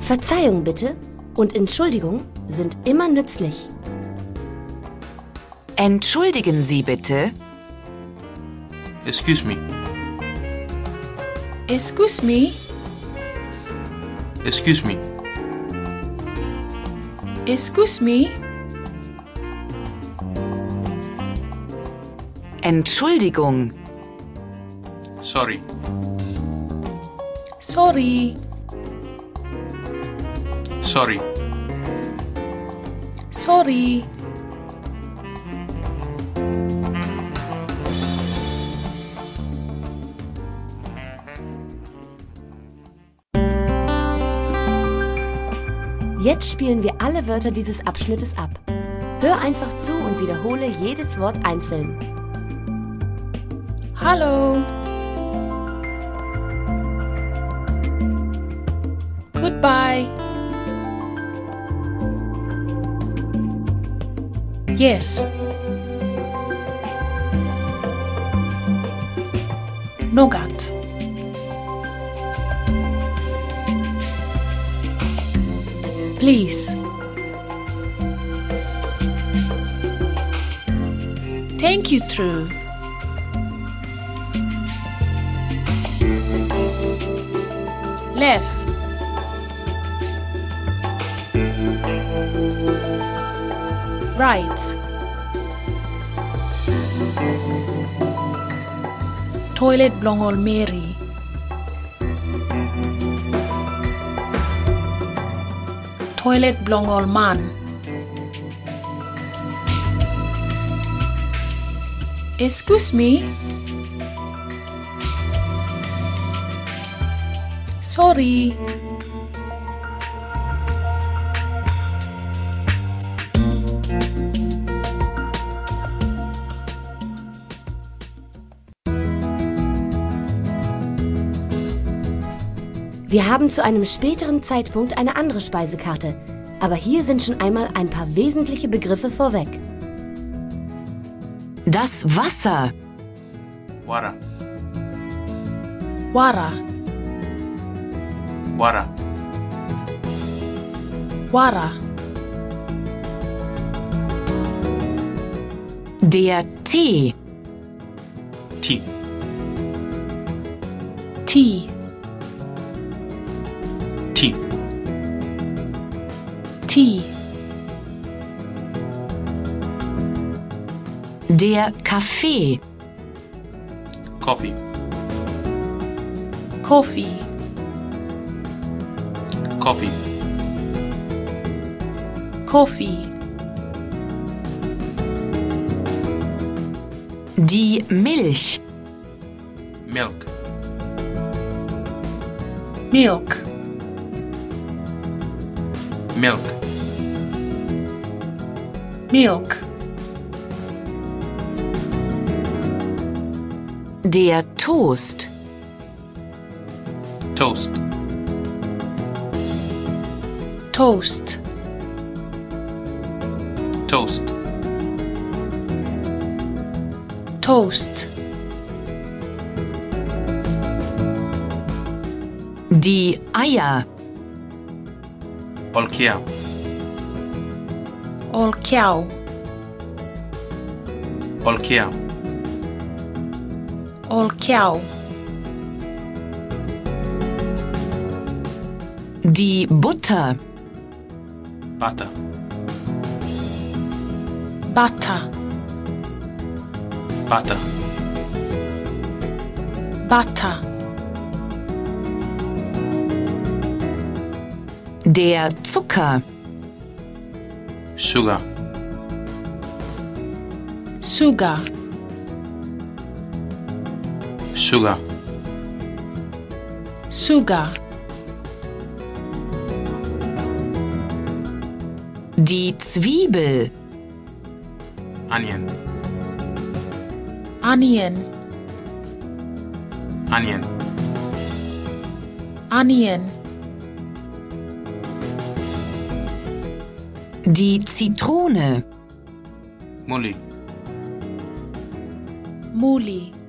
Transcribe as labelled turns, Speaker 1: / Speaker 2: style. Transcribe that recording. Speaker 1: Verzeihung bitte und Entschuldigung sind immer nützlich.
Speaker 2: Entschuldigen Sie bitte.
Speaker 3: Excuse me.
Speaker 4: Excuse me.
Speaker 3: Excuse me.
Speaker 4: Excuse me.
Speaker 2: Entschuldigung.
Speaker 3: Sorry.
Speaker 4: Sorry.
Speaker 3: Sorry.
Speaker 4: Sorry.
Speaker 1: Jetzt spielen wir alle Wörter dieses Abschnittes ab. Hör einfach zu und wiederhole jedes Wort einzeln.
Speaker 4: Hello. Goodbye. Yes. Nougat. Please. Thank you, True. Left. Right. Toilet Blongol Mary. Toilet Blongol Man. Excuse me. Sorry.
Speaker 1: Wir haben zu einem späteren Zeitpunkt eine andere Speisekarte, aber hier sind schon einmal ein paar wesentliche Begriffe vorweg.
Speaker 2: Das Wasser.
Speaker 3: Wara.
Speaker 4: Wara.
Speaker 3: Wara.
Speaker 4: Wara.
Speaker 2: Der Tee.
Speaker 3: Tea.
Speaker 4: Tea.
Speaker 3: Tea.
Speaker 4: Tea.
Speaker 2: Der Kaffee.
Speaker 3: Coffee.
Speaker 4: Coffee.
Speaker 3: Coffee.
Speaker 4: Coffee.
Speaker 2: Die Milch.
Speaker 3: Milk.
Speaker 4: Milk.
Speaker 3: Milk.
Speaker 4: Milk.
Speaker 2: Der Toast.
Speaker 3: Toast.
Speaker 4: Toast.
Speaker 3: Toast.
Speaker 4: Toast.
Speaker 2: Die Eier.
Speaker 3: Olkia.
Speaker 4: All cow.
Speaker 3: Olkia.
Speaker 4: All cow.
Speaker 2: Die Butter.
Speaker 3: Butter.
Speaker 4: Butter.
Speaker 3: Butter.
Speaker 4: Butter.
Speaker 2: Der Zucker.
Speaker 3: Sugar.
Speaker 4: Sugar.
Speaker 3: Sugar.
Speaker 4: Sugar.
Speaker 2: Die Zwiebel.
Speaker 3: Onion.
Speaker 4: Onion.
Speaker 3: Onion.
Speaker 4: Onion.
Speaker 2: Die Zitrone.
Speaker 3: Muli.
Speaker 4: Muli.